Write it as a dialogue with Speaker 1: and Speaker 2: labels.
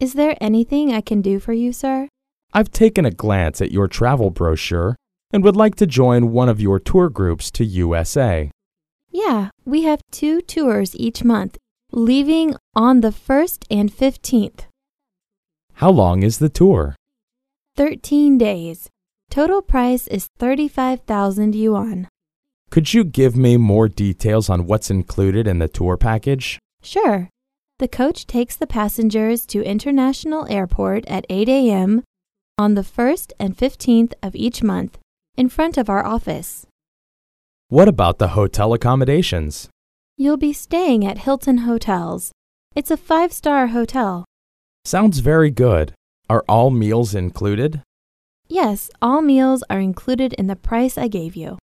Speaker 1: Is there anything I can do for you, sir?
Speaker 2: I've taken a glance at your travel brochure and would like to join one of your tour groups to USA.
Speaker 1: Yeah, we have two tours each month, leaving on the 1st and 15th.
Speaker 2: How long is the tour?
Speaker 1: 13 days. Total price is 35,000 yuan.
Speaker 2: Could you give me more details on what's included in the tour package?
Speaker 1: Sure. The coach takes the passengers to International Airport at 8 a.m. on the 1st and 15th of each month in front of our office.
Speaker 2: What about the hotel accommodations?
Speaker 1: You'll be staying at Hilton Hotels. It's a five star hotel.
Speaker 2: Sounds very good. Are all meals included?
Speaker 1: Yes, all meals are included in the price I gave you.